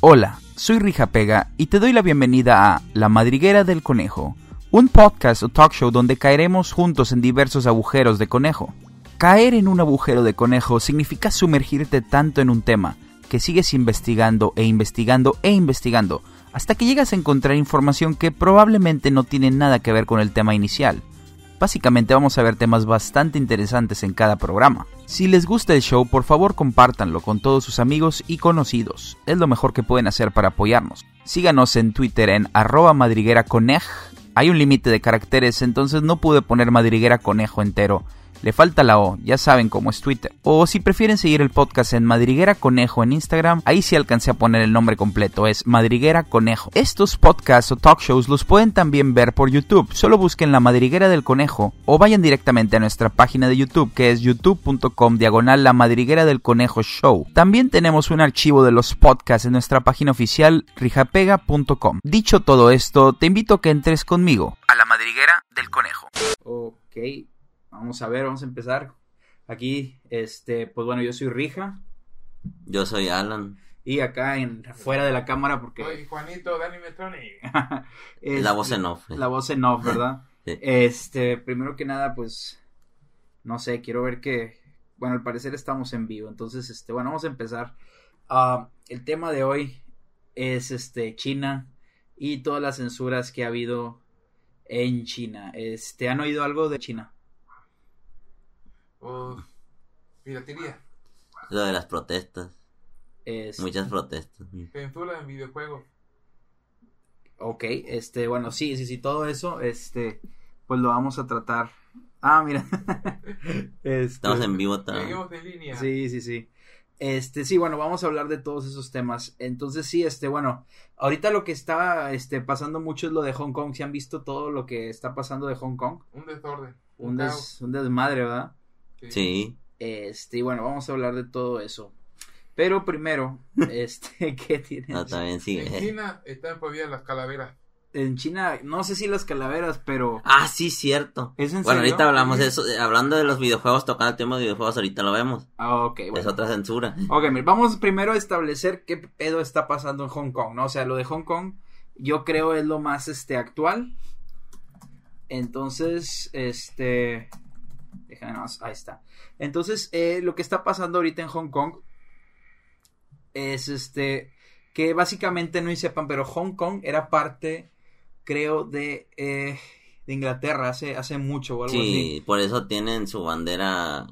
Hola, soy Rija Pega y te doy la bienvenida a La Madriguera del Conejo, un podcast o talk show donde caeremos juntos en diversos agujeros de conejo. Caer en un agujero de conejo significa sumergirte tanto en un tema que sigues investigando e investigando e investigando hasta que llegas a encontrar información que probablemente no tiene nada que ver con el tema inicial. Básicamente vamos a ver temas bastante interesantes en cada programa. Si les gusta el show, por favor compártanlo con todos sus amigos y conocidos. Es lo mejor que pueden hacer para apoyarnos. Síganos en Twitter en arroba madriguera conej. Hay un límite de caracteres, entonces no pude poner madriguera conejo entero. Le falta la O, ya saben cómo es Twitter. O si prefieren seguir el podcast en Madriguera Conejo en Instagram, ahí sí alcancé a poner el nombre completo, es Madriguera Conejo. Estos podcasts o talk shows los pueden también ver por YouTube, solo busquen la Madriguera del Conejo o vayan directamente a nuestra página de YouTube que es youtube.com diagonal la Madriguera del Conejo Show. También tenemos un archivo de los podcasts en nuestra página oficial rijapega.com. Dicho todo esto, te invito a que entres conmigo a la Madriguera del Conejo. Ok. Vamos a ver, vamos a empezar. Aquí, este, pues bueno, yo soy Rija Yo soy Alan. y acá en fuera de la cámara porque Soy Juanito de Animetronic. es- la voz en off. eh. la voz en off, ¿verdad? Sí. Este, primero que nada, pues no sé, quiero ver que bueno, al parecer estamos en vivo, entonces este, bueno, vamos a empezar. Ah, el tema de hoy es este China y todas las censuras que ha habido en China. Este, ¿han oído algo de China? Uf, piratería. Lo de las protestas. Este, Muchas protestas. Censura en videojuegos. Ok, este, bueno, sí, sí, sí, todo eso, este, pues lo vamos a tratar. Ah, mira. Este, Estamos en vivo también. Seguimos en línea. sí, sí, sí. Este, sí, bueno, vamos a hablar de todos esos temas. Entonces, sí, este, bueno, ahorita lo que está este, pasando mucho es lo de Hong Kong. ¿Se han visto todo lo que está pasando de Hong Kong? Un desorden. Un, caos. des- un desmadre, ¿verdad? Sí. Este, y bueno, vamos a hablar de todo eso. Pero primero, este, ¿qué tienes? No, también En eh. sigue. China están prohibidas las calaveras. En China, no sé si las calaveras, pero... Ah, sí, cierto. ¿Es en Bueno, serio? ahorita hablamos de eso. eh, Hablando de los videojuegos, tocando el tema de videojuegos, ahorita lo vemos. Ah, ok, bueno. Es otra censura. Ok, mira, vamos primero a establecer qué pedo está pasando en Hong Kong, ¿no? O sea, lo de Hong Kong yo creo es lo más este actual. Entonces, este déjame nomás, ahí está. Entonces, eh, lo que está pasando ahorita en Hong Kong es este que básicamente no y sepan, pero Hong Kong era parte creo de eh, de Inglaterra hace hace mucho o algo así. Sí, por eso tienen su bandera,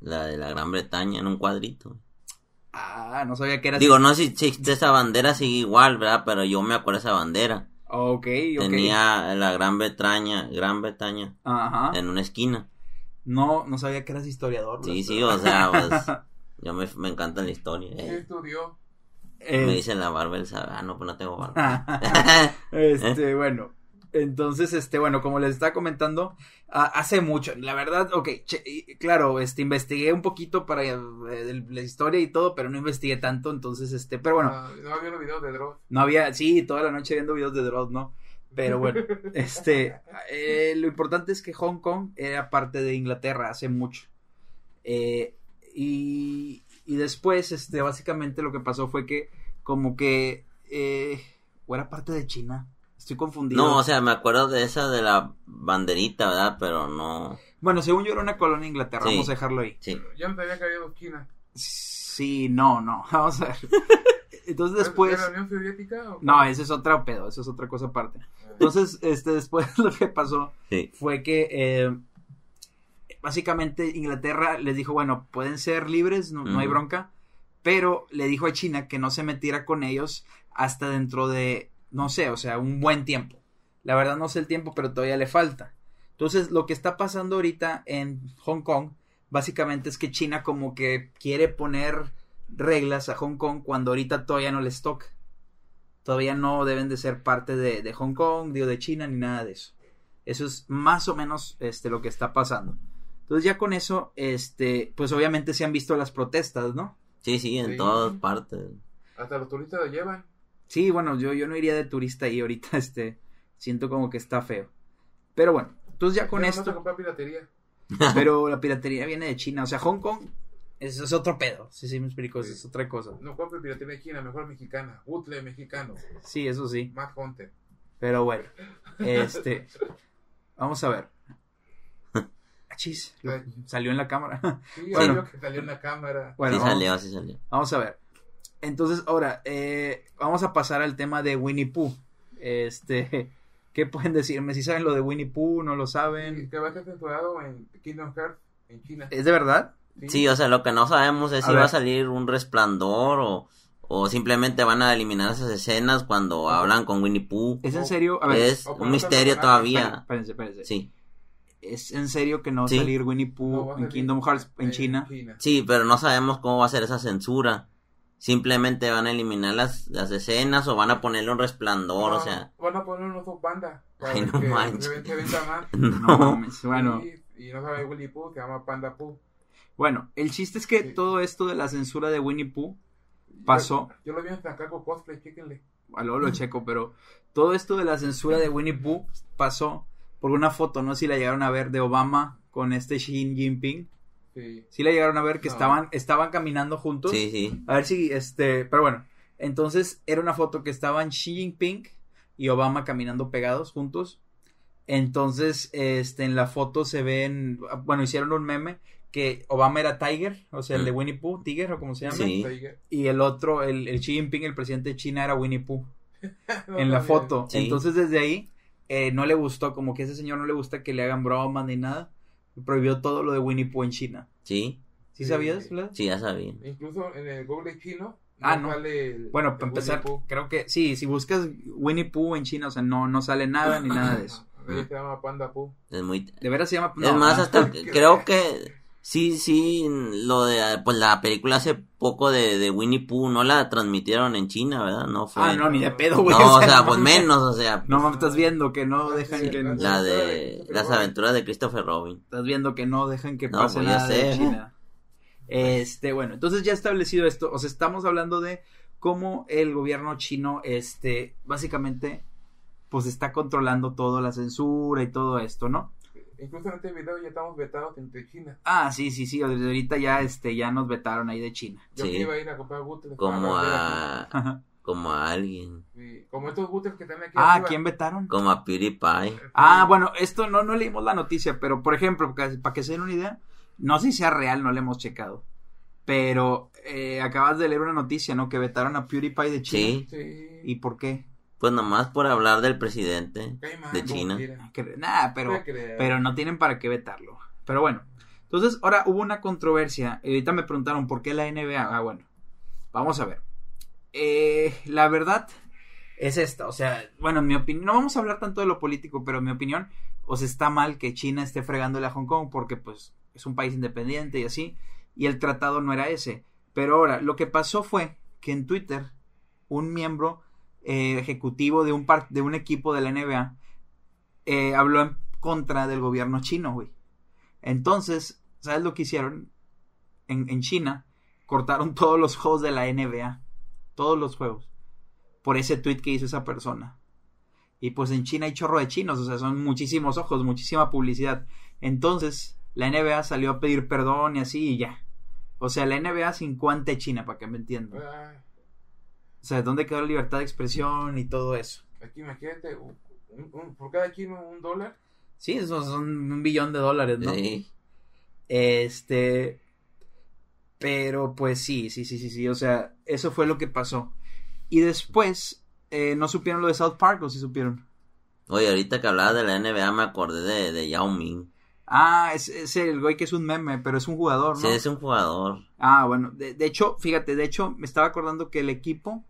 la de la Gran Bretaña, en un cuadrito. Ah, no sabía que era Digo, no sé si existe esa bandera, sigue igual, ¿verdad? Pero yo me acuerdo de esa bandera. así. Ok, ok. Tenía la Gran Bretaña, Gran Bretaña, Ajá. en una esquina. No, no sabía que eras historiador. Sí, Blas. sí, o sea, pues, yo me, me encanta la historia. ¿Qué eh. estudió? Me Eh, dicen la barba, él sabe, ah, no, pues no tengo barba. este, bueno. Entonces, este, bueno, como les estaba comentando, ah, hace mucho, la verdad, ok, che- y claro, este, investigué un poquito para eh, el- la historia y todo, pero no investigué tanto, entonces, este, pero bueno, Ah, no había los videos de Dross. no había, sí, toda la noche viendo videos de Dross, ¿no? Pero bueno, este, eh, lo importante es que Hong Kong era parte de Inglaterra hace mucho. Eh, y, y después, este, básicamente lo que pasó fue que como que, eh, o era parte de China, estoy confundido. No, o sea, me acuerdo de esa de la banderita, ¿verdad? Pero no. bueno, según yo era una colonia de Inglaterra, Sí. vamos a dejarlo ahí. Sí. Yo no sabía que había dos Chinas. Sí, no, no, vamos a ver. Entonces ¿De después... la Unión Soviética? o- No, ese es otro pedo, eso es otra cosa aparte. Entonces, este, después lo que pasó Sí. fue que eh, básicamente Inglaterra les dijo, bueno, pueden ser libres, no, no hay Ujú. bronca, pero le dijo a China que no se metiera con ellos hasta dentro de, no sé, o sea, un buen tiempo. La verdad no sé el tiempo, pero todavía le falta. Entonces, lo que está pasando ahorita en Hong Kong, básicamente es que China como que quiere poner reglas a Hong Kong cuando ahorita todavía no les toca. Todavía no deben de ser parte de, de Hong Kong, digo, de China, ni nada de eso. Eso es más o menos este, lo que está pasando. Entonces ya con eso, este, pues obviamente se han visto las protestas, ¿no? Sí, sí, en Sí. todas partes. Eh, Hasta los turistas lo llevan. Sí, bueno, yo, yo no iría de turista ahí ahorita, este, siento como que está feo. Pero bueno, entonces ya con Pero No se esto, compra piratería. pero la piratería viene de China, o sea, Hong Kong Es, es otro pedo, sí, sí, me explico, es, es otra cosa. No compre piratería de China, mejor mexicana. Butle mexicano. Sí, eso sí. Matt Hunter. Pero bueno, este. Vamos a ver. Achis, lo- salió en la cámara. Sí, Bueno. bueno. que salió en la cámara. Bueno, sí vamos- salió, sí salió. Vamos a ver. Entonces, ahora, eh, vamos a pasar al tema de Winnie Pooh. Este, ¿qué pueden decirme? ¿Si saben lo de Winnie Pooh? ¿No lo Sí, saben? que va a ser censurado en Kingdom Hearts, en China. ¿Es de verdad? Sí, o sea, lo que no sabemos es A si ver. va a salir un resplandor o, o simplemente van a eliminar esas escenas cuando hablan con Winnie Pooh. ¿Es en No. serio? A ver, Es o un cuando misterio hablan- espérense, todavía. espérense, espérense. Sí, ¿Es en serio que no va a Sí. salir Winnie No, va Pooh a en salir Kingdom Hearts en China? sí, pero no sabemos cómo va a ser esa censura. Simplemente van a eliminar las, las escenas o van a ponerle un resplandor, o Van- sea. Ah, Van a poner unos dos bandas. Para Ay, no que, manches. que venda más. No, No, mames, bueno, Y, y no sabe Willy Pooh, se llama Panda Pooh. bueno, el chiste es que Sí. todo esto de la censura de Winnie Pooh pasó. Yo, yo lo vi en Sancaco Cosplay, chéquenle. a luego lo checo, pero todo esto de la censura de Winnie Pooh pasó por una foto, no sé si la llegaron a ver, de Obama con este Xi Jinping. Sí. Si la llegaron a ver que No. estaban, estaban caminando juntos. sí, sí. A ver si, este, pero bueno, entonces era una foto que estaban Xi Jinping y Obama caminando pegados juntos. Entonces, este, en la foto se ven, bueno, hicieron un meme que Obama era Tiger, o sea, el de Mm. Winnie Pooh, Tiger o como se llama. Sí. Tiger. Y el otro, el, el Xi Jinping, el presidente de China, era Winnie Pooh No, en la también. foto. Sí. Entonces desde ahí eh, no le gustó, como que a ese señor no le gusta que le hagan bromas ni nada. Prohibió todo lo de Winnie Pooh en China. Sí, ¿Sí, Sí. sabías? Vlad? sí, ya sabía. Incluso en el Google chino. Ah, no. sale el- Bueno, el para empezar, Winnie Pooh. creo que sí, si buscas Winnie Pooh en China, o sea, no, no sale nada ni nada de eso. Ah, ahí Se llama Panda Pooh. Es muy... De veras se llama... es no, más, ah, hasta creo que sí, sí, lo de, pues la película hace poco de, de Winnie Pooh no la transmitieron en China, ¿verdad? No fue. Ah, no, ni de pedo, güey. No, o sea, no pues mames. menos, o sea, No, mames, estás viendo que no dejan Sí, que... claro. la de las aventuras de Christopher Robin. Estás viendo que no dejan que No, pase pues, ya nada de sé. China. Este, bueno, entonces ya establecido esto, o sea, estamos hablando de cómo el gobierno chino, este, básicamente, pues está controlando todo, la censura y todo esto, ¿no? Incluso en este video ya estamos vetados entre China. Ah, sí, sí, sí, desde ahorita ya, este, ya nos vetaron ahí de China. Ah, Yo Sí. que iba a ir a comprar butres. Como para a. Ajá. Como a alguien. ver, sí. Como estos butres que están aquí. Ah, arriba. ¿quién vetaron? Como a PewDiePie. Ah, bueno, esto no, no leímos la noticia, pero por ejemplo, para que se den una idea, no sé si sea real, no la hemos checado. Pero eh, acabas de leer una noticia, ¿no? Que vetaron a PewDiePie de China. Sí. Sí. ¿Y por qué? Pues nomás por hablar del presidente. Cae mal, de como China. quiera. Nada, Ah, pero, No creo. pero no tienen para qué vetarlo. Pero bueno, entonces ahora hubo una controversia. y Ahorita me preguntaron por qué la NBA. Ah, bueno, vamos a ver. Eh, la verdad es esta. O sea, bueno, en mi opinión, no vamos a hablar tanto de lo político, pero en mi opinión, o sea, está mal que China esté fregándole a Hong Kong porque pues es un país independiente y así. Y el tratado no era ese. Pero ahora, lo que pasó fue que en Twitter un miembro eh, ejecutivo de un, par- de un equipo de la NBA eh, habló en contra del gobierno chino, güey. Entonces, ¿sabes lo que hicieron? En, en China, cortaron todos los juegos de la NBA. Todos los juegos. Por ese tweet que hizo esa persona. Y pues en China hay chorro de chinos, o sea, son muchísimos ojos, muchísima publicidad. Entonces, la NBA salió a pedir perdón y así y ya. O sea, la NBA 50 de China, para que me entiendan. Ah, O sea, ¿dónde quedó la libertad de expresión y todo eso? aquí imagínate, un- un- por cada chino un dólar. Sí, esos son un billón de dólares, Pues ¿no? Sí. Este. Pero pues sí, sí, sí, sí, sí. O sea, eso fue lo que pasó. Y después, eh, ¿no supieron lo de South Park o sí supieron? Oye, ahorita que hablaba de la NBA me acordé de, de Yao Ming. Ah, es, es el güey que es un meme, pero es un jugador, Oh, ¿no? Sí, es un jugador. Ah, bueno. De, de hecho, fíjate, de hecho, me estaba acordando que el equipo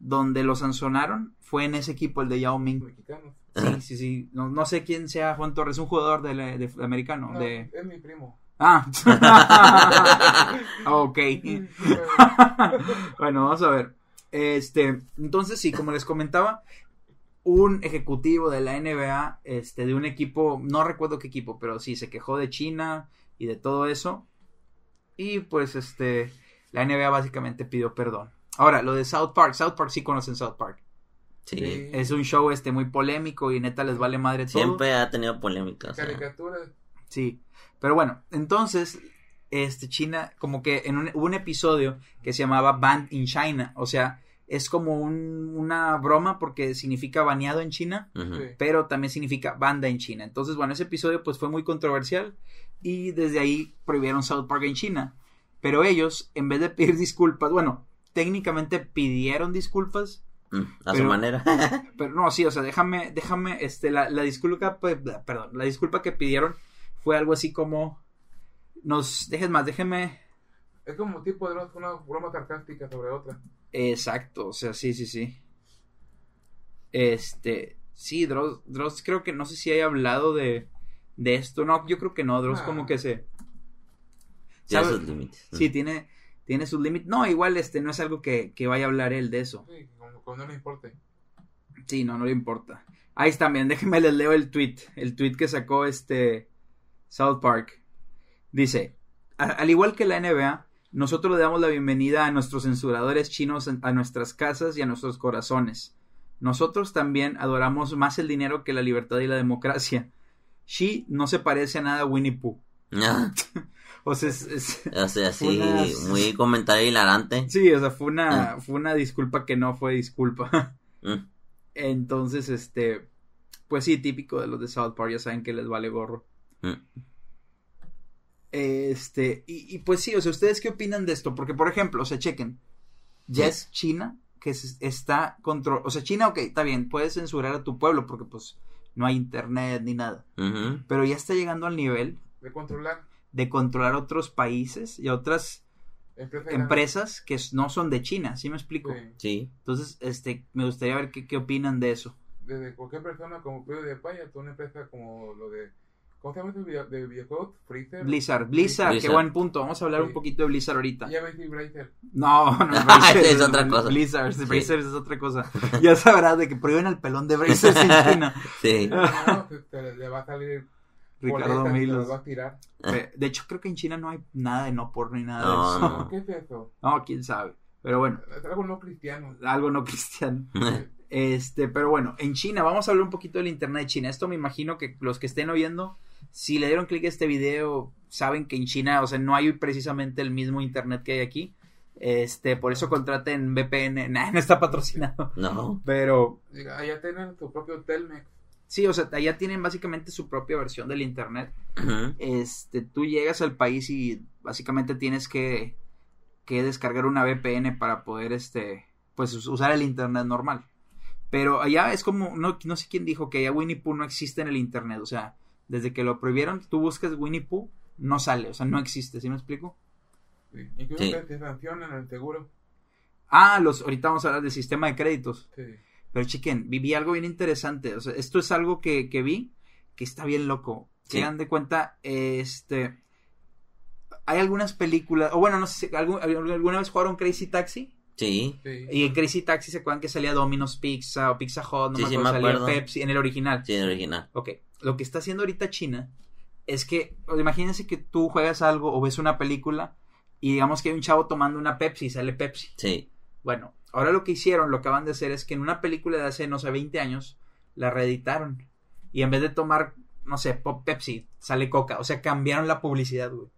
donde lo sancionaron fue en ese equipo, el de Yao Los Ming. mexicanos. Sí, sí, sí. No, no sé quién sea Juan Torres, un jugador eh, de, la- de- de americano. No, De... Es mi primo. Ah. ok. bueno, vamos a ver. Este, entonces sí, como les comentaba, un ejecutivo de la NBA, este, de un equipo, no recuerdo qué equipo, pero sí, se quejó de China y de todo eso. Y pues, este, la NBA básicamente pidió perdón. Ahora, lo de South Park, South Park sí conocen South Park. Sí. Sí. Es un show, este, muy polémico y neta les vale madre todo. Siempre ha tenido polémicas. o sea. Caricaturas. Sí, pero bueno, entonces este, China, como que en un, hubo un episodio que se llamaba Banned in China, o sea, es como un- una broma porque significa baneado en China, Ujú. Sí. pero también significa banda en China. Entonces, bueno, ese episodio pues fue muy controversial y desde ahí prohibieron South Park en China. Pero ellos, en vez de pedir disculpas, bueno, técnicamente pidieron disculpas, Mm, A su Pero- manera. pero no, sí, o sea, déjame, déjame, este, la, la disculpa, pues, la- perdón, la disculpa que pidieron fue algo así como, nos, dejen más, déjenme, Es como tipo de una- una broma sarcástica sobre otra. exacto, o sea, sí, sí, sí. Este, sí, Dross, Dross creo que, no sé si haya hablado de, de esto, no, yo creo que no, Dross Ah. como que se... Tiene sabe- sus límites. Sí, tiene, tiene sus límites. No, igual este no es algo que, que vaya a hablar él de eso. Sí, como, como no le importe. Sí, no, no le importa. Ahí está, miren, déjenme les leo el tweet. El tweet que sacó este South Park. Dice, "A- al igual que la NBA, nosotros le damos la bienvenida a nuestros censuradores chinos, en- a nuestras casas y a nuestros corazones. Nosotros también adoramos más el dinero que la libertad y la democracia. Xi no se parece a nada a Winnie Pooh. O sea, es- es, Mm. Ah, o sea, sí, Unas- muy comentario hilarante. Sí, o sea, fue una, fue una disculpa que no fue disculpa. Mm. Entonces, este, pues sí, típico de los de South Park, ya saben que les vale gorro. Mm. Este, y, y pues sí, o sea, ¿ustedes qué opinan de esto? Porque, por ejemplo, o sea, chequen, ya Sí. es China que se- está control, o sea, China, ok, está bien, puedes censurar a tu pueblo porque pues no hay internet ni nada, Ujú. pero ya está llegando al nivel De controlar de controlar otros países y otras empresas. empresas que no son de China, ¿sí me explico? grandes. Sí. Sí. Entonces, este, me gustaría ver qué, qué opinan de eso. Desde cualquier persona como Pedro de Paya, tú una empresa como lo de. ¿Cómo se llama este video- de videojuegos? Freezer. Blizzard, Blizzard, qué Blizzard. buen punto. Vamos a hablar un Sí. poquito de Blizzard ahorita. Ya ves, sí, Bracer. No, no, Esa Blizzard Ah, es otra cosa. Blizzard, Sí. Blizzard es otra cosa. Ya sabrás de que prohíben el pelón de Blizzard en China. Sí. No, no, te- te le va a salir. Ricardo boleta, te la Milos. va a tirar. Eh, De hecho, creo que en China no hay nada de no por ni nada de No, eso. no. ¿Qué es eso? No, quién sabe. Pero bueno, Es algo no cristiano. algo no cristiano. Este, pero bueno, en China, vamos a hablar un poquito del internet de China. Esto me imagino que los que estén oyendo, si le dieron clic a este video, saben que en China, o sea, no hay precisamente el mismo internet que hay aquí. Este, por eso contraten VPN. Nah, no está patrocinado. No. Pero Diga, Allá tienen su propio Telmex. sí, o sea, allá tienen básicamente su propia versión del internet. Ujú. Este, tú llegas al país y básicamente tienes que, que descargar una VPN para poder, este, pues us- usar el internet normal. Pero allá es como, no, no sé quién dijo que allá Winnie Pooh no existe en el internet. O sea, desde que lo prohibieron, tú buscas Winnie Pooh, no sale, o sea, no existe, ¿sí me explico? Sí. Incluso Sí. te, te sancionan el seguro. Ah, los, ahorita vamos a hablar del sistema de créditos. Sí. Pero chiquen, viví algo bien interesante. O sea, esto es algo que, que vi que está bien loco. Se Sí. dan de cuenta, este. Hay algunas películas, o bueno, no sé si algún- alguna vez jugaron Crazy Taxi. Sí. Sí. Y en Crazy Taxi se acuerdan que salía Domino's Pizza o Pizza Hut, no Sí, me sí, acuerdo, me salía acuerdo. Pepsi en el original. Sí, el original. Ok, lo que está haciendo ahorita China es que, o sea, imagínense que tú juegas algo o ves una película y digamos que hay un chavo tomando una Pepsi y sale Pepsi. Sí. Bueno, ahora lo que hicieron, lo que acaban de hacer es que en una película de hace, no sé, 20 años, la reeditaron. Y en vez de tomar, no sé, Pop Pepsi, sale Coca. O sea, cambiaron la publicidad, güey.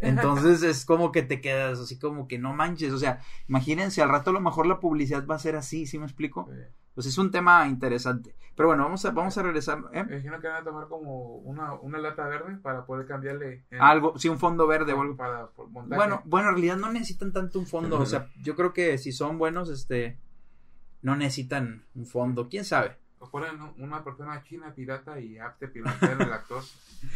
Entonces es como que te quedas así como que no manches. O sea, imagínense, al rato a lo mejor la publicidad va a ser así, ¿sí me explico? Sí. Pues es un tema interesante. Pero bueno, vamos a, vamos a regresar. ¿eh? Me imagino que van a tomar como una, una lata verde para poder cambiarle el- Algo, sí, un fondo verde o algo. para por montaje. Bueno, bueno, en realidad no necesitan tanto un fondo. O sea, yo creo que si son buenos, este, no necesitan un fondo. ¿Quién sabe? O ponen un- una persona china pirata y apte piratear el actor.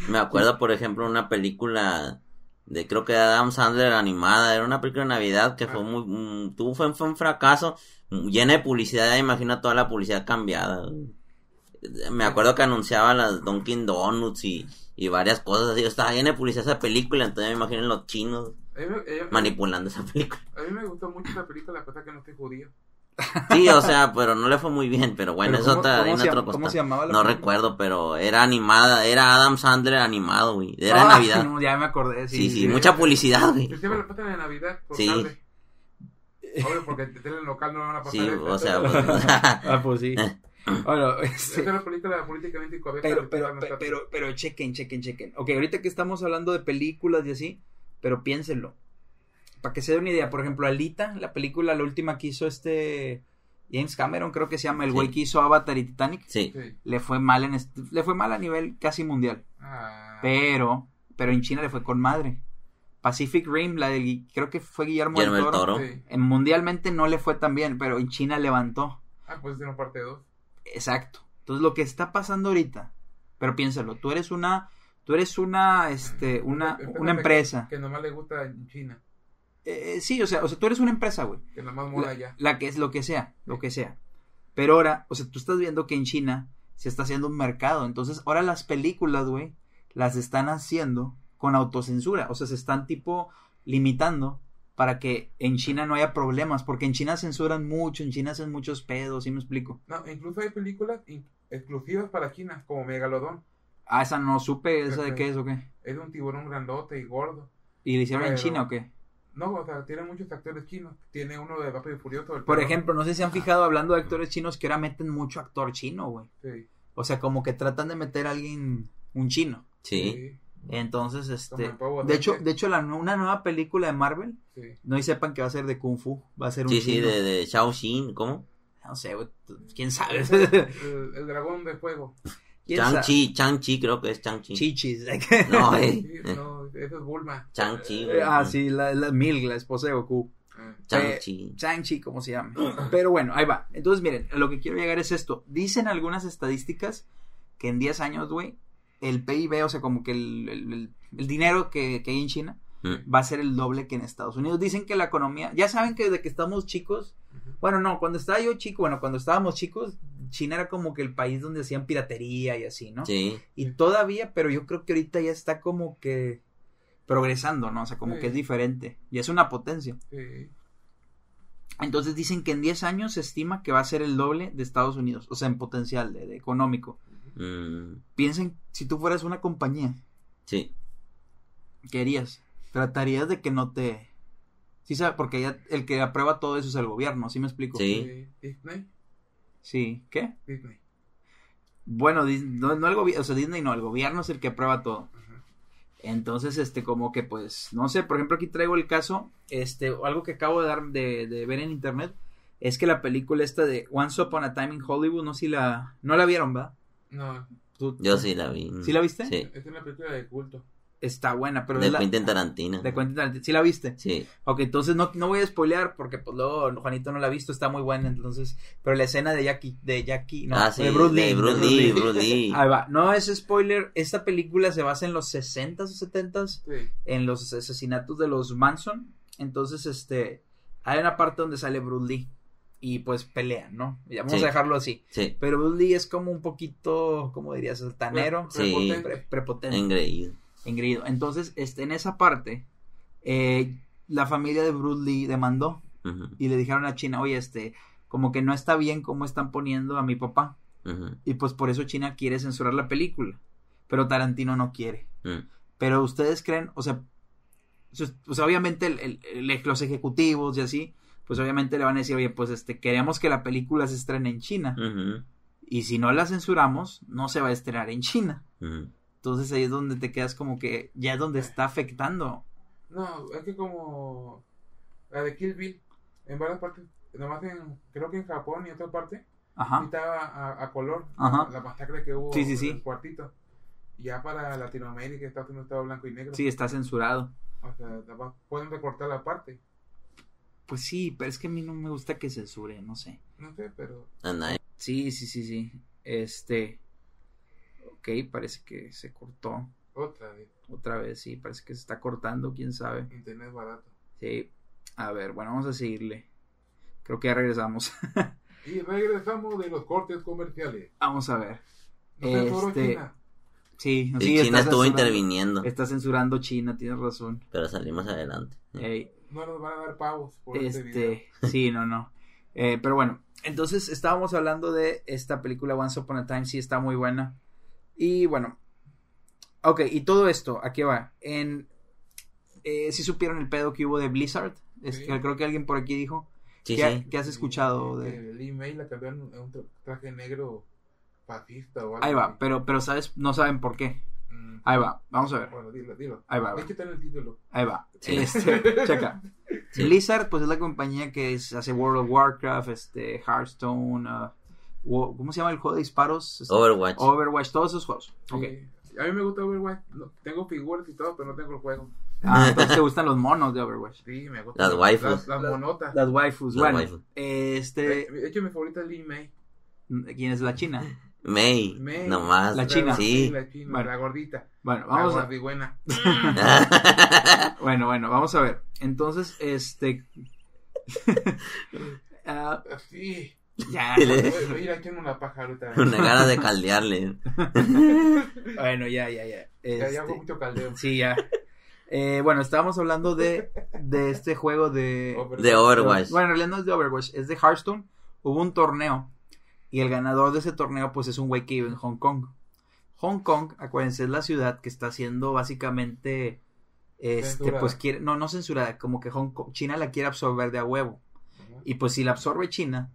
Me acuerdo, por ejemplo, una película de creo que de Adam Sandler animada. Era una película de Navidad que fue muy. mm, tuvo, fue, fue un fracaso. mm, Llena de publicidad. Imagina toda la publicidad cambiada. Me acuerdo que anunciaba las Dunkin' Donuts y, y varias cosas así. Estaba llena de publicidad esa película. Entonces me imagino los chinos A mí, me- a mí- manipulando esa película. a mí me gustó mucho esa película, a pesar que no estoy judío. Sí, o sea, pero no le fue muy bien. Pero bueno, Pero es ¿cómo- otra. cómo en se llam- otro ¿Cómo costal. se llamaba la No película? recuerdo, pero era animada, era Adam Sandler animado, güey. Era de Ah, Navidad. no, ya me acordé. Sí, sí, sí, sí. mucha publicidad, güey. Que siempre la pasan en Navidad, por Sí. tarde. Obvio, porque en tele local no van a pasar Sí, esa. o sea, pues, Ah, pues sí. Eh. Bueno, Esa este, es una película políticamente incorrecta. pero, que pero, van a estar- pero, pero chequen, chequen, chequen. Ok, ahorita que estamos hablando de películas y así, Pero piénsenlo. Para que se den una idea, por ejemplo, Alita, la película, la última que hizo este James Cameron, creo que se llama, el Sí. güey que hizo Avatar y Titanic, Sí. Sí. le fue mal en est- le fue mal a nivel casi mundial. Ah, Pero, pero en China le fue con madre. Pacific Rim, la del Gui- creo que fue Guillermo, Guillermo del del Toro. Toro. sí. En- mundialmente no le fue tan bien, pero en China levantó. Ah, pues tiene una parte 2. Exacto. Entonces lo que está pasando ahorita, pero piénsalo, tú eres una, tú eres una, este, una, una empresa. Que, nomás le gusta en China. Eh, sí, o sea, o sea, tú eres una empresa, güey. Que nomás mola La, allá. la que es lo que sea, lo que sea. Pero ahora, o sea, tú estás viendo que en China se está haciendo un mercado. Entonces, ahora las películas, güey, las están haciendo con autocensura. O sea, se están tipo limitando para que en China no haya problemas. Porque en China censuran mucho, en China hacen muchos pedos, ¿sí me explico? No, incluso hay películas in- exclusivas para China, como Megalodón. Ah, esa no supe, esa de qué es o qué. Es un tiburón grandote y gordo. ¿Y le hicieron en Pero- China o qué? No, o sea, tiene muchos actores chinos. Tiene uno de Rápido y Furioso. el Por perro. ejemplo, no sé si han fijado hablando de actores chinos que ahora meten mucho actor chino, güey. Sí. O sea, como que tratan de meter a alguien, un chino. Sí. Entonces, Como este. el pavo De hecho, Ranger. de hecho la, nu- una nueva película de Marvel, sí, sí. no y sepan que va a ser de Kung Fu, va a ser un Sí, sí, chino. de, de Shaoxin, ¿cómo? No sé, güey, t- quién sabe. El, el dragón de fuego. ¿Quién sabe? Chang-Chi, Chang-Chi creo que es Chang-Chi. Chichis. No, eh. Sí, no, eso es Bulma. Chang-Chi, güey. Eh, ah, sí, eh, la, la Milk, la esposa de Goku. Ah, Chang-Chi. Shang-Chi, como se llama. Pero bueno, ahí va. Entonces, miren, a lo que quiero llegar es esto. Dicen algunas estadísticas que en 10 años, güey, el PIB, o sea, como que el, el- el- el dinero que, que hay en China, Mm. va a ser el doble que en Estados Unidos. Dicen que la economía, ya saben que desde que estamos chicos, Ujú. bueno, no, cuando estaba yo chico, bueno, cuando estábamos chicos, China era como que el país donde hacían piratería y así, ¿no? Sí. Y todavía, pero yo creo que ahorita ya está como que progresando, ¿no? O sea, como Sí. que es diferente y es una potencia. sí. Entonces dicen que en 10 años se estima que va a ser el doble de Estados Unidos, o sea, en potencial de, de económico. Mm, Piensen, si tú fueras una compañía, Sí. ¿qué harías? Tratarías de que no te... Sí, sabe, porque ya el que aprueba todo eso es el gobierno, ¿sí me explico? Sí. sí. Disney. Sí, ¿qué? Disney. Bueno, Dis- no, no el gobierno, o sea, Disney no, el gobierno es el que aprueba todo. Ajá. Entonces, este, como que pues, no sé, por ejemplo, aquí traigo el caso, este, o algo que acabo de, dar, de, de ver en internet, es que la película esta de Once Upon a Time in Hollywood, no sé si la, no la vieron, ¿verdad? No, Tú- Yo sí la vi. mm. ¿Sí la viste? Sí. esta es una película de culto. Está buena, pero De es la, Ah, Quentin Tarantino. de Quentin Tarantino. ¿Sí la viste? Sí. Ok, entonces no, no voy a spoilear porque pues luego Juanito no la ha visto, está muy buena, entonces, pero la escena de Jackie, de Jackie, no, ah, sí. de Bruce Lee, de Bruce Lee, Bruce Lee. Ahí va, no es spoiler, esta película se basa en los 60s o 70s, Sí. en los asesinatos de los Manson. Entonces, este, hay una parte donde sale Bruce Lee y pues pelean, ¿no? Ya vamos Sí. a dejarlo así. Sí. Pero Bruce Lee es como un poquito, ¿cómo dirías? Altanero, Pre- Sí. pre- prepotente. prepotente, Engreído. engreído. Entonces, este, en esa parte, eh, la familia de Bruce Lee demandó Ujú, y le dijeron a China, oye, este, como que no está bien cómo están poniendo a mi papá. ujú, Y pues por eso China quiere censurar la película. Pero Tarantino no quiere. ujú. Pero ustedes creen, o sea, sus- o sea, pues obviamente el- el- el- los ejecutivos y así, pues obviamente le van a decir, oye, pues este, queremos que la película se estrene en China. Ujú, Y si no la censuramos, no se va a estrenar en China. ujú. Entonces ahí es donde te quedas como que ya es donde está afectando. No, es que como la de Kill Bill, en varias partes, nomás en, creo que en Japón y en otra parte, sí Ajá. estaba a, a color Ah. Ajá. la masacre que hubo Sí, sí, sí. en el cuartito. Ya para Latinoamérica, Estados Unidos estaba blanco y negro. Sí, está censurado. O sea, nomás pueden recortar la parte. Pues sí, pero es que a mí no me gusta que censure, no sé. No sé, pero Ah, nice. Sí, sí, sí, sí. Este. Ok, parece que se cortó. otra de Otra vez, sí, parece que se está cortando, quién sabe. internet barato. Sí. A ver, bueno, vamos a seguirle. Creo que ya regresamos. Y regresamos de los cortes comerciales. vamos a ver. No sé, solo Este- China. Sí, Sí, sí, China estuvo censurando- interviniendo, Está censurando China, tienes razón. pero salimos adelante. Ey, No nos van a dar pavos por este, video. este, sí, no, no. Eh, pero bueno, entonces estábamos hablando de esta película Once Upon a Time, sí está muy buena. Y bueno, ok, y todo esto, ¿a qué va? En, eh, ¿sí supieron el pedo que hubo de Blizzard? Es Sí. que creo que alguien por aquí dijo. Sí, ¿Qué, sí. qué has escuchado Que de...? este, El email la cambiaron a un tra- traje negro fascista o algo Ahí va, así. pero, pero sabes, no saben por qué. Mm, Ahí va, vamos a ver. Bueno, dilo, dilo. Ahí va, ahí Hay va. que tener el título. Ahí va. Sí. Este, checa. Sí. Blizzard, pues es la compañía que es- hace World of Warcraft, este, Hearthstone, ah, wo- ¿cómo se llama el juego de disparos? Este, Overwatch. Overwatch, todos esos juegos. Ok. Sí. A mí me gusta Overwatch. No, tengo figuras y todo, pero no tengo el juego. Ah, entonces te gustan los monos de Overwatch. Sí, me gusta. Las waifus. Las, las Las- monotas. Las waifus, Las pues bueno. waifus. Este, De hecho, mi favorita es Lin May. ¿quién es la china? May, May. nomás. La china. Sí. La china, Bueno. la gordita. Bueno, Vamos vamos la a, gordigüena. bueno, bueno, vamos a ver. Entonces, este... ah, Sí. ya, Voy, voy a ir echando una paja ahorita. Una gana de caldearle. bueno, ya, ya, ya. Ya, ya hago Este, mucho caldeo. Sí, ya. Eh, bueno, estábamos hablando de, de este juego de... Over- De Overwatch. Bueno, en realidad no es de Overwatch, es de Hearthstone. Hubo un torneo y el ganador de ese torneo pues es un güey que vive en Hong Kong. Hong Kong, acuérdense, es la ciudad que está haciendo básicamente... Este, Censurada. pues quiere, no, no censurada, como que Hong Kong, China la quiere absorber de a huevo. Ajá. Y pues si la absorbe China,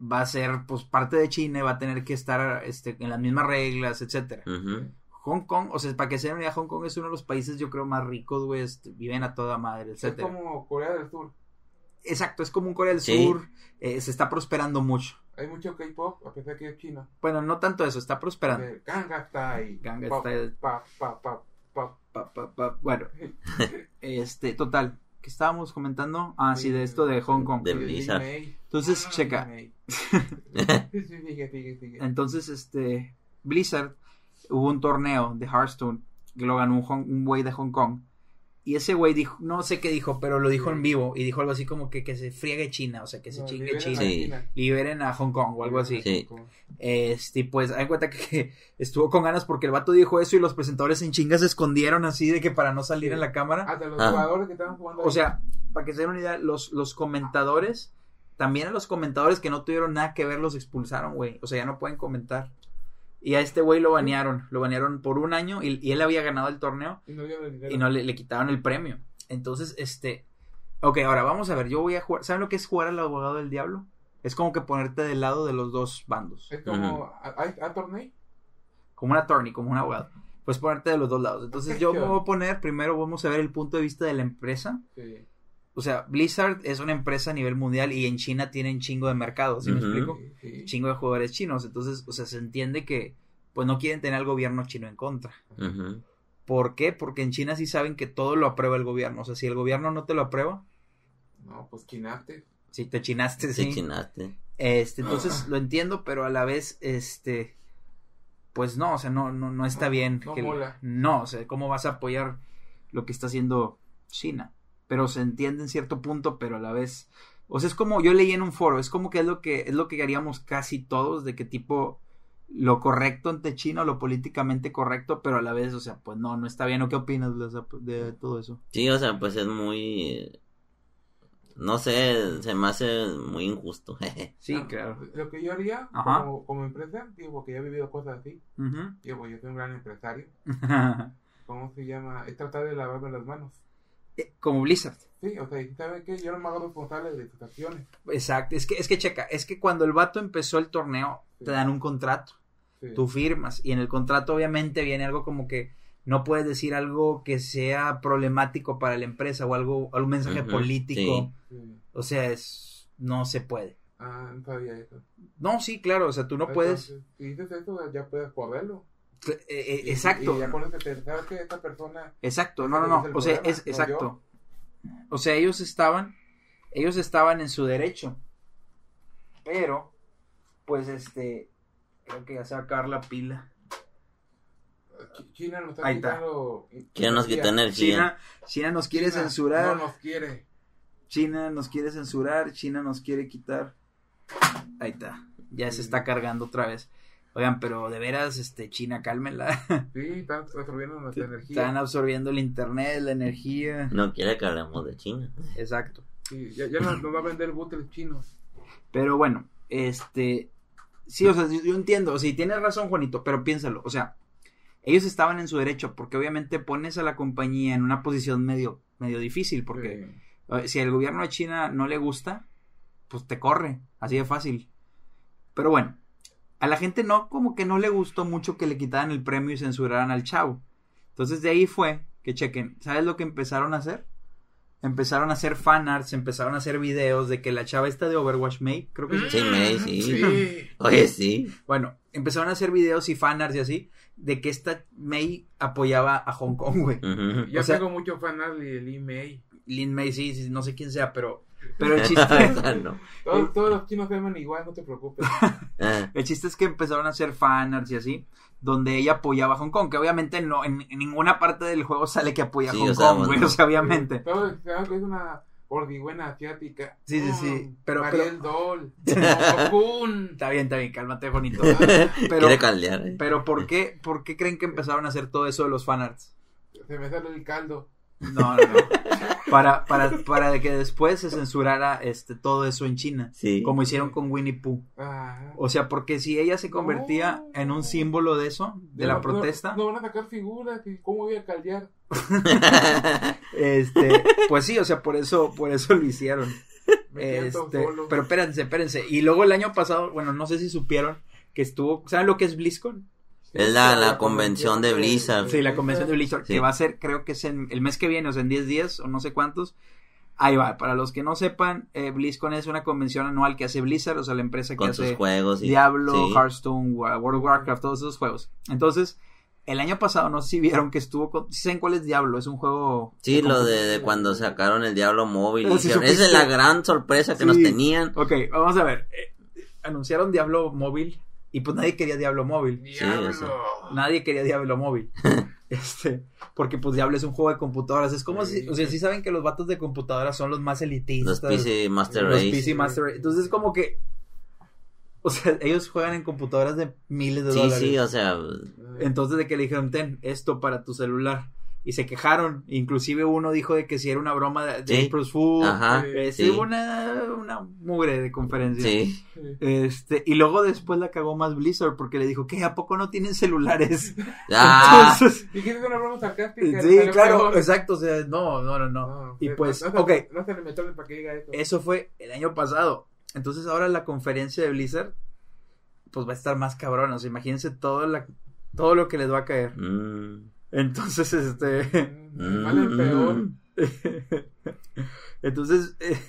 va a ser pues parte de China y va a tener que estar este, en las mismas reglas, etcétera. Ujú. Hong Kong, o sea, para que se den una idea, Hong Kong es uno de los países, yo creo, más ricos, güey, este, viven a toda madre, Es etcétera. como Corea del Sur. Exacto, es como un Corea del Sí. Sur, eh, se está prosperando mucho. Hay mucho K-pop, a pesar que es chino. Bueno, no tanto eso, está prosperando. Eh, Ganga Style. Gangnam Pop, Style. pop, pop, pop, pop. Pa, pa, pa, bueno, este, total, que estábamos comentando, ah, sí, de esto de Hong Kong. De Sí, Blizzard. Disney. Entonces, Ah, checa. Disney. Sí, sí, sigue, sigue, sigue. Entonces, este, Blizzard, hubo un torneo de Hearthstone que lo ganó un, Hong- un güey de Hong Kong. Y ese güey dijo, no sé qué dijo, pero lo dijo en vivo y dijo algo así como que, que se friegue China, o sea, que se No, chingue liberen a China. Sí. China. Liberen a Hong Kong o algo así. Sí. Este, y pues, hay cuenta que estuvo con ganas porque el vato dijo eso y los presentadores en chingas se escondieron así de que para no salir en la cámara. Hasta los Ah. jugadores que estaban jugando. O sea, para que se den una idea, los, los comentadores, también a los comentadores que no tuvieron nada que ver, los expulsaron, güey. O sea, ya no pueden comentar. Y a este güey lo banearon, lo banearon por un año y, y él había ganado el torneo ahí, y no dieron el dinero. y no le, le quitaron el premio. Entonces, este... Ok, ahora vamos a ver, yo voy a jugar... ¿Saben lo que es jugar al abogado del diablo? Es como que ponerte del lado de los dos bandos. Es como. ¿Hay hay torneo? como un attorney, como un abogado. Pues ponerte de los dos lados. Entonces yo me voy a poner, primero vamos a ver el punto de vista de la empresa. Sí. O sea, Blizzard es una empresa a nivel mundial y en China tienen chingo de mercado, ¿sí me Ujú. explico? Sí, sí. Chingo de jugadores chinos. Entonces, o sea, se entiende que pues no quieren tener al gobierno chino en contra. Ujú. ¿Por qué? Porque en China sí saben que todo lo aprueba el gobierno. O sea, si el gobierno no te lo aprueba, No, pues chinaste. si te chinaste, Te sí. chinaste. Este, entonces lo entiendo, pero a la vez, este, pues no, o sea, no, no, no está No, bien. no que- mola. no, o sea, ¿cómo vas a apoyar lo que está haciendo China? Pero se entiende en cierto punto, pero a la vez, o sea, es como yo leí en un foro, es como que es lo que es lo que haríamos casi todos, de que tipo lo correcto ante China, lo políticamente correcto, pero a la vez, o sea, pues no, no está bien. ¿O qué opinas Lasa, de, todo eso? Sí, o sea, pues es muy. eh, No sé, se me hace muy injusto. jeje. Sí, No, Lo que yo haría Ajá. como, como empresa, digo, porque ya he vivido cosas así. Digo, yo soy un gran empresario. ¿Cómo se llama? Es tratar de lavarme las manos. Eh, como Blizzard. Sí, o sea, ¿saben qué? Yo no me hago responsable de sus acciones. Exacto, es que, es que checa, es que cuando el vato empezó el torneo, te dan un contrato, Sí. tú firmas, y en el contrato obviamente viene algo como que no puedes decir algo que sea problemático para la empresa o algo, algún mensaje Ujú, político, Sí. o sea, es, no se puede. Ah, no sabía eso. No, sí, claro, o sea, tú no puedes, Entonces, Si dices eso, ya puedes correrlo. eh, eh, Y- exacto, Y ya con eso te- ¿sabes que esta persona Exacto, no, no, Ese es no. el O sea, problema, es no exacto. O sea, ellos estaban, ellos estaban en su derecho. Pero, pues este, creo que ya se va a acabar la pila. Ch- China nos está Ahí está. quitando. Quieren nos quitar energía. China, China nos quiere China censurar, No nos quiere. China nos quiere censurar, China nos quiere quitar. Ahí está, ya se está cargando otra vez. Oigan, pero de veras, este, China, cálmenla. Sí, están absorbiendo nuestra energía. Están absorbiendo el internet, la energía. No quiere que hablemos de China. Exacto. Sí, ya, ya nos, nos va a vender butres chinos. Pero bueno, este. Sí, o sea, yo, yo entiendo. Sí, tienes razón, Juanito, pero piénsalo. O sea, ellos estaban en su derecho, porque obviamente pones a la compañía en una posición medio, medio difícil, porque Sí. eh, si al gobierno de China no le gusta, pues te corre, así de fácil. Pero bueno, a la gente no, como que no le gustó mucho que le quitaran el premio y censuraran al chavo. Entonces de ahí fue que chequen, ¿sabes lo que empezaron a hacer? Empezaron a hacer fanarts, empezaron a hacer videos de que la chava esta de Overwatch May, creo que Sí, May, sí. Sí. Oye, sí. Bueno, empezaron a hacer videos y fanarts y así, de que esta May apoyaba a Hong Kong, güey. Ujú. Yo O sea- tengo mucho fanas de Lee May. Lin May, sí, sí, no sé quién sea, pero, pero el chiste, No. Todos, todos los chinos teman igual, no te preocupes. Ah, el chiste es que empezaron a hacer fanarts y así, donde ella apoyaba a Hong Kong, que obviamente no, en, en ninguna parte del juego sale que apoya a Sí, Hong o sea, Kong, güey, bueno. o sea, obviamente. Todos saben que es una gordigüena asiática. Sí, sí, sí, Mm, pero- Mariel Doll. Mokokun. Está bien, está bien, cálmate, bonito. Pero, Quiere caldear. eh. pero ¿por qué, por qué creen que empezaron a hacer todo eso de los fanarts? Se me sale el caldo. No, no, no. Para, para, para de que después se censurara este, todo eso en China, Sí. como hicieron con Winnie Pooh. Ah. O sea, porque si ella se convertía No. en un símbolo de eso, de la No, no, protesta, No, van a sacar figuras. ¿y ¿Cómo voy a caldear? este, pues sí, o sea, por eso, por eso lo hicieron. Me siento Este, solo. pero espérense, espérense. Y luego el año pasado, bueno, no sé si supieron que estuvo, ¿saben lo que es BlizzCon? Es la- la convención de Blizzard. Sí, la convención de Blizzard, Ah, Sí. que va a ser, creo que es en, el mes que viene, o sea, en 10 días, o no sé cuántos. Ahí va, para los que no sepan, eh, BlizzCon es una convención anual que hace Blizzard, o sea, la empresa que Con hace sus juegos. Y... Diablo, sí. Hearthstone, Wa- World of Warcraft, todos esos juegos. Entonces, el año pasado, no sé si vieron que estuvo con... ¿sí ¿Saben cuál es Diablo? Es un juego... Sí, lo de, de cuando sacaron el Diablo Móvil. Ah, sí, dijeron, Esa es la supiste. gran sorpresa que Sí. nos tenían. Ok, vamos a ver. Eh, anunciaron Diablo móvil y pues nadie quería Diablo móvil. Diablo. Sí, Nadie quería Diablo móvil. este, porque pues Diablo es un juego de computadoras. Es como si, o sea, sí saben que los vatos de computadoras son los más Los elitistas. PC Master eh, los Race. PC Master Race. Entonces es como que... O sea, ellos juegan en computadoras de miles de Sí, dólares. sí, o sea. Entonces de que le dijeron, ten esto para tu celular. Y se quejaron. Inclusive uno dijo de que si era una broma de, de Sí. April Fool. Ajá. Eh, sí, Sí. hubo una, una mugre de conferencia. Sí. Sí. Este, y luego después la cagó más Blizzard porque le dijo, ¿qué? ¿A poco no tienen celulares? Ah, Entonces, Dijiste una broma sarcástica. sí, salió claro, peor. exacto, o sea, no, no, no, no. No, Y no, pues, no se- ok. No se le metonen para que diga eso. Eso fue el año pasado. Entonces ahora la conferencia de Blizzard, pues va a estar más cabrón, o sea, imagínense todo, la, todo lo que les va a caer. mm, Entonces, este... Mm, Vale, mm, peor. Entonces, eh,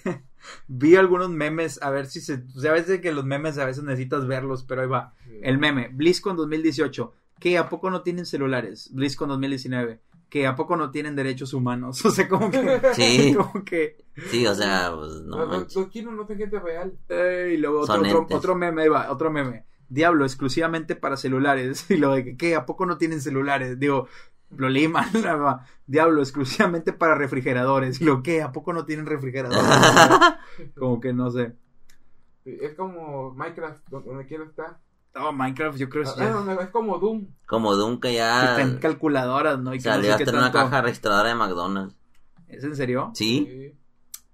vi algunos memes, a ver si se... O sea, a veces que los memes a veces necesitas verlos, pero ahí va. El meme, BlizzCon 2018, que a poco no tienen celulares, BlizzCon 2019, que a poco no tienen derechos humanos, o sea, como que... Sí, como que sí, o sea, pues, no Los- los, manches. los chinos no son gente real. eh, y luego otro, Son otro, entes. otro meme, ahí va, otro meme. Diablo, exclusivamente para celulares. Y lo de que, ¿qué? ¿A poco no tienen celulares? Digo, lo leí mal. la verdad. Diablo, exclusivamente para refrigeradores. Y lo que, ¿a poco no tienen refrigeradores? como que no sé. Sí, Es como Minecraft, do- donde quiera estar. Oh, Minecraft, yo creo que Ah, ya- no, no, es como Doom. Como Dunca que ya están calculadoras, ¿no? Y que no sé ah. salió qué hasta en una tanto. caja registradora de McDonald's. ¿Es en serio? Sí,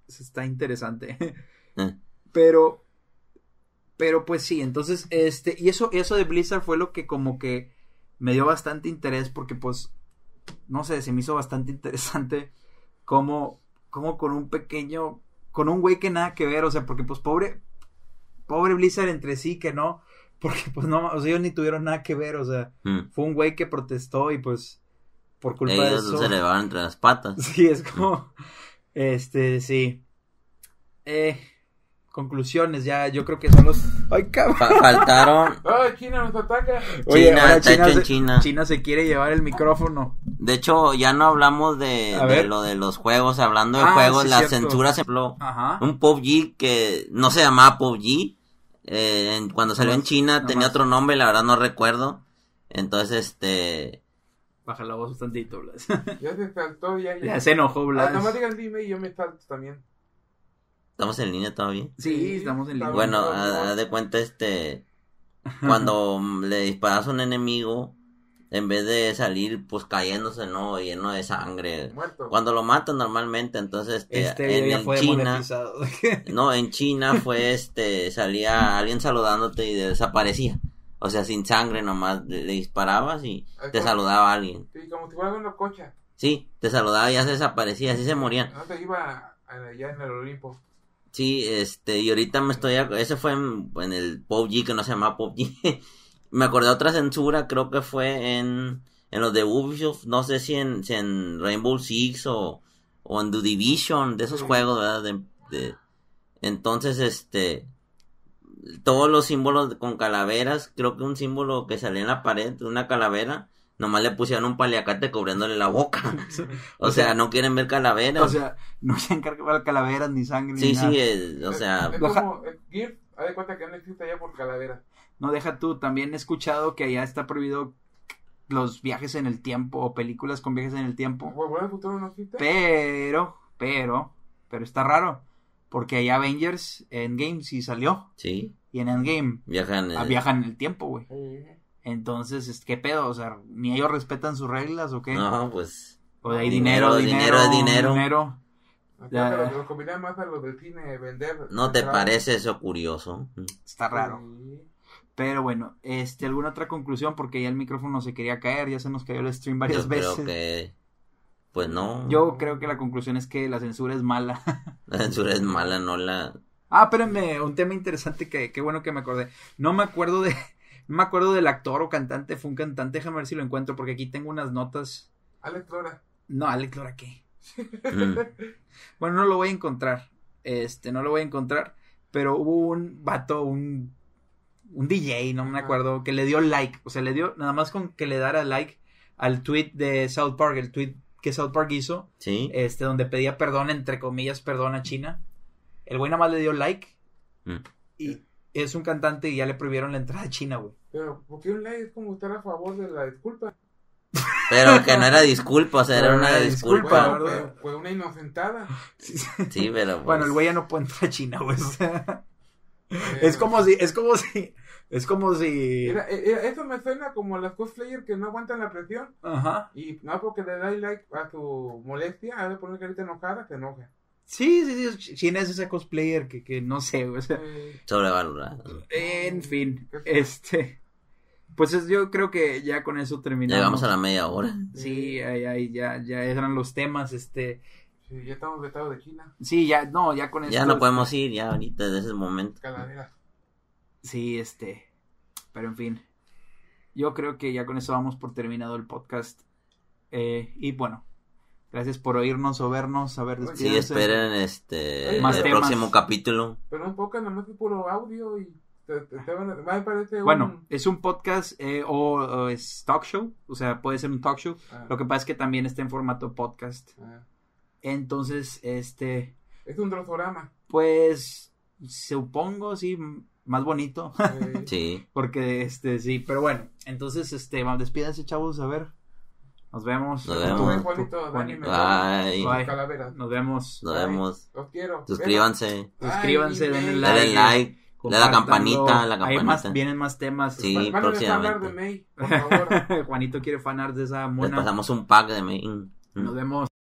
Eso está interesante. Eh. Pero, pero pues sí, entonces, este, y eso, eso de Blizzard fue lo que como que me dio bastante interés porque pues, no sé, se me hizo bastante interesante como, como con un pequeño, con un güey que nada que ver, o sea, porque pues pobre, pobre Blizzard entre sí que no, porque pues no, o sea, ellos ni tuvieron nada que ver, o sea, Mm. fue un güey que protestó y pues, por culpa de ellos eso. se le van entre las patas. Sí, es como. Este, sí. Eh, conclusiones, ya yo creo que son los. ¡Ay, cabrón! Fa- faltaron. ¡Ay, Ah, China nos ataca! Oye, China, ahora está China hecho en se- China. China se quiere llevar el micrófono. De hecho, ya no hablamos de, A de ver. lo de los juegos. Hablando de Ah, juegos, sí, la cierto. censura se habló. Ajá. Un PUBG que no se llamaba PUBG. eh, en- cuando salió en Nomás- China tenía nomás. otro nombre, la verdad no recuerdo. Entonces, este. Baja la voz un tantito, Blas. Ya se saltó, ya. ya ya. se enojó, Ah, nada más Blas. digan dime y yo me salto también. Estamos en línea todavía. Sí, estamos en línea. Bueno, Bueno, no, no. haz de cuenta, este. Cuando mm, le disparas a un enemigo, en vez de salir, pues cayéndose, ¿no? Lleno de sangre. Muerto. Cuando lo matan normalmente, entonces, este. Este video en, ya en fue China. monetizado. No, en China fue este, salía alguien saludándote y desaparecía. O sea, sin sangre nomás, le, le disparabas y Ay, te como- saludaba alguien. Sí, como si fuera una cocha. Sí, te saludaba y ya se desaparecía, así se morían. No te iba a- allá en el Olimpo. Sí, este, y ahorita me estoy, ac- ese fue en, en el PUBG, que no se llamaba PUBG. me acordé de otra censura, creo que fue en, en los de Ubisoft, no sé si en, si en Rainbow Six o, o en The Division, de esos Ujú. juegos, ¿verdad? De- de- entonces, este, todos los símbolos con calaveras, creo que un símbolo que salía en la pared de una calavera, nomás le pusieron un paliacate cubriéndole la boca. o O sea, sea, no quieren ver calaveras. O sea, no se encargaba calaveras ni sangre ni sí, nada. sí, eh, o sea, Es Lo ja- como el GIF, haz de cuenta que han escrito allá por calavera. No deja tú, también he escuchado que allá está prohibido los viajes en el tiempo o películas con viajes en el tiempo. ¿Volver al futuro no existe? Pero, pero, pero está raro. Porque allá Avengers Endgame sí salió. sí, Y en Endgame viajan. eh, ah, viajan en el tiempo, güey. Eh, Entonces, es- ¿qué pedo? O sea, ¿ni ellos respetan sus reglas o qué? No, pues, O de ahí Dinero, dinero, dinero, dinero, dinero. acá Ya, te ya. Lo, lo combinan más a los del cine, vender. ¿no te Ah. entrar. parece eso curioso? Está raro. Sí. Pero bueno, este, ¿alguna otra conclusión? Porque ya el micrófono se quería caer, ya se nos cayó el stream varias Yo veces. creo que, pues no, Yo creo que la conclusión es que la censura es mala. la censura es mala, no la... ah, espérenme, un tema interesante que qué bueno que me acordé. No me acuerdo de no me acuerdo del actor o cantante, fue un cantante, déjame ver si lo encuentro porque aquí tengo unas notas. Alex Lora. No, Alex Lora qué. Mm. Bueno, no lo voy a encontrar. Este, no lo voy a encontrar, pero hubo un vato, un un DJ, no me Ajá. acuerdo, que le dio like, o sea, le dio nada más con que le dara like al tweet de South Park, el tweet que South Park hizo Sí. este, donde pedía perdón, entre comillas, perdón a China. El güey nada más le dio like. Mm. Y es un cantante y ya le prohibieron la entrada a China, güey. Pero, ¿por qué un like es como estar a favor de la disculpa? Pero que no era disculpa, o sea, era Pero una era disculpa. disculpa. Bueno, ¿verdad? fue, fue una inocentada. Sí, pero pues, Bueno, el güey ya no puede entrar a China, güey. o sea, Eh, es como si, es como si, es como si. Mira, eh, eh, eso me suena como a las cosplayers que no aguantan la presión Ajá. y no porque le da like a tu molestia, a ver poner carita enojada, se enoja. Sí, sí, sí. China es ese cosplayer que, que no sé, güey. o sea, pues, Eh, sobrevalorado. en fin, este. Pues es- yo creo que ya con eso terminamos. Llegamos a la media hora. Sí, ahí, ahí, ya, ya eran los temas, este. sí, ya estamos vetados de China, Sí, ya, no, ya con eso. Ya no podemos ir, ya ahorita, desde ese momento. calaveras. Sí, este. Pero en fin. Yo creo que ya con eso vamos por terminado el podcast. Eh, y bueno, gracias por oírnos o vernos. A ver, Sí, Sí, despídense. esperen este Más el temas. próximo capítulo. Pero un poco nada más es puro audio y te, te- te van a, va a parecer Bueno, un... es un podcast eh, o, o es talk show. O sea, puede ser un talk show. ah, Lo que pasa es que también está en formato podcast. ah, Entonces, este, es un drosorama. pues, supongo, sí, m- más bonito. eh, Sí. Porque, este, sí, pero bueno. Entonces, este, va, despídanse, chavos, a ver. Nos vemos. Nos Eh, tú, vemos. Ah, Juanito, Dani, me- Bye. Bye. Calaveras. Nos vemos. Nos vemos. Los quiero. Suscríbanse, Suscríbanse, denle Ay, denle Like. like. Dale a la Compártanlo. campanita, la Hay campanita. más, vienen más temas. Sí, Van- van a dejar hablar de próximamente. May, por favor. Juanito quiere fanar de esa Les mona. pasamos un pack de Mm. mí. Nos vemos.